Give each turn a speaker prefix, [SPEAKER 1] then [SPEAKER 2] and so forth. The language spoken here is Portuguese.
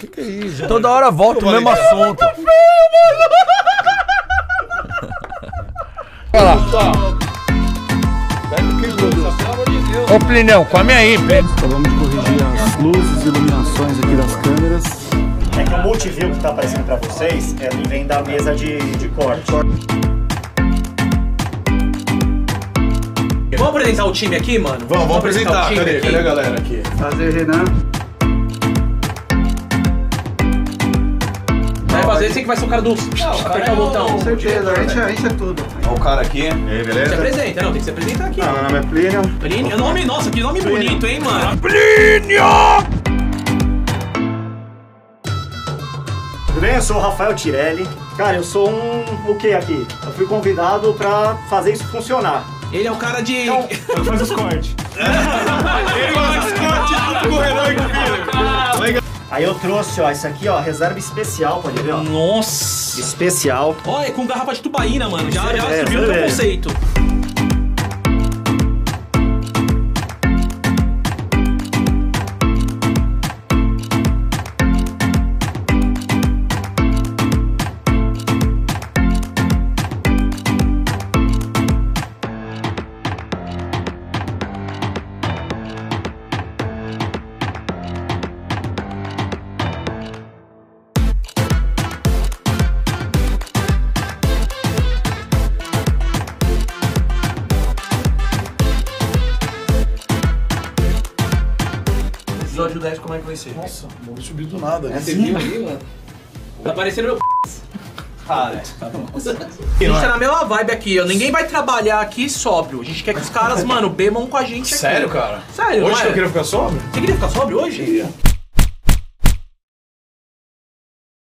[SPEAKER 1] Que que é isso? mano?
[SPEAKER 2] Toda hora volta o mesmo assunto.
[SPEAKER 1] Olha lá. Ô Plinão, come aí, pega.
[SPEAKER 3] Acabamos de corrigir as luzes e iluminações aqui das câmeras.
[SPEAKER 4] É que o multiview que tá aparecendo pra vocês, ele vem da mesa de, de corte.
[SPEAKER 5] Vamos apresentar o time aqui, mano?
[SPEAKER 6] Vamos, vamos apresentar. Cadê? Cadê a galera aqui?
[SPEAKER 3] Prazer, Renan.
[SPEAKER 5] Vai fazer esse que vai ser o cara do. apertar o botão.
[SPEAKER 3] Com certeza, a gente, a gente é tudo.
[SPEAKER 6] Olha o cara aqui.
[SPEAKER 4] E aí,
[SPEAKER 5] Se
[SPEAKER 4] beleza?
[SPEAKER 5] apresenta, não, tem que se apresentar aqui.
[SPEAKER 3] Meu nome é Plínio.
[SPEAKER 5] Plínio, é nome, nossa, que nome bonito, hein, mano?
[SPEAKER 4] Tudo bem? Eu sou o Rafael Tirelli. Cara, eu sou um. o que aqui? Eu fui convidado pra fazer isso funcionar.
[SPEAKER 5] Ele é o cara de.
[SPEAKER 4] Então, eu faço os cortes. Aí eu trouxe, ó, isso aqui, ó, reserva especial, pode ver, ó.
[SPEAKER 5] Nossa!
[SPEAKER 4] Especial.
[SPEAKER 5] Olha, é com garrafa de tubaína, mano. Já, já
[SPEAKER 4] É,
[SPEAKER 5] subiu o teu
[SPEAKER 4] é.
[SPEAKER 5] conceito.
[SPEAKER 2] Episódio 10, como é que vai ser? Nossa,
[SPEAKER 6] Subiu do nada. né?
[SPEAKER 5] Tá parecendo meu. Cara, tá bom. A gente tá na mesma vibe aqui, ó. Ninguém vai trabalhar aqui sóbrio. A gente quer que os caras, mano, bebam com a gente aqui.
[SPEAKER 6] Sério, cara?
[SPEAKER 5] Sério,
[SPEAKER 6] Hoje
[SPEAKER 5] vai.
[SPEAKER 6] que eu queria ficar sóbrio?
[SPEAKER 5] Você queria ficar sóbrio hoje?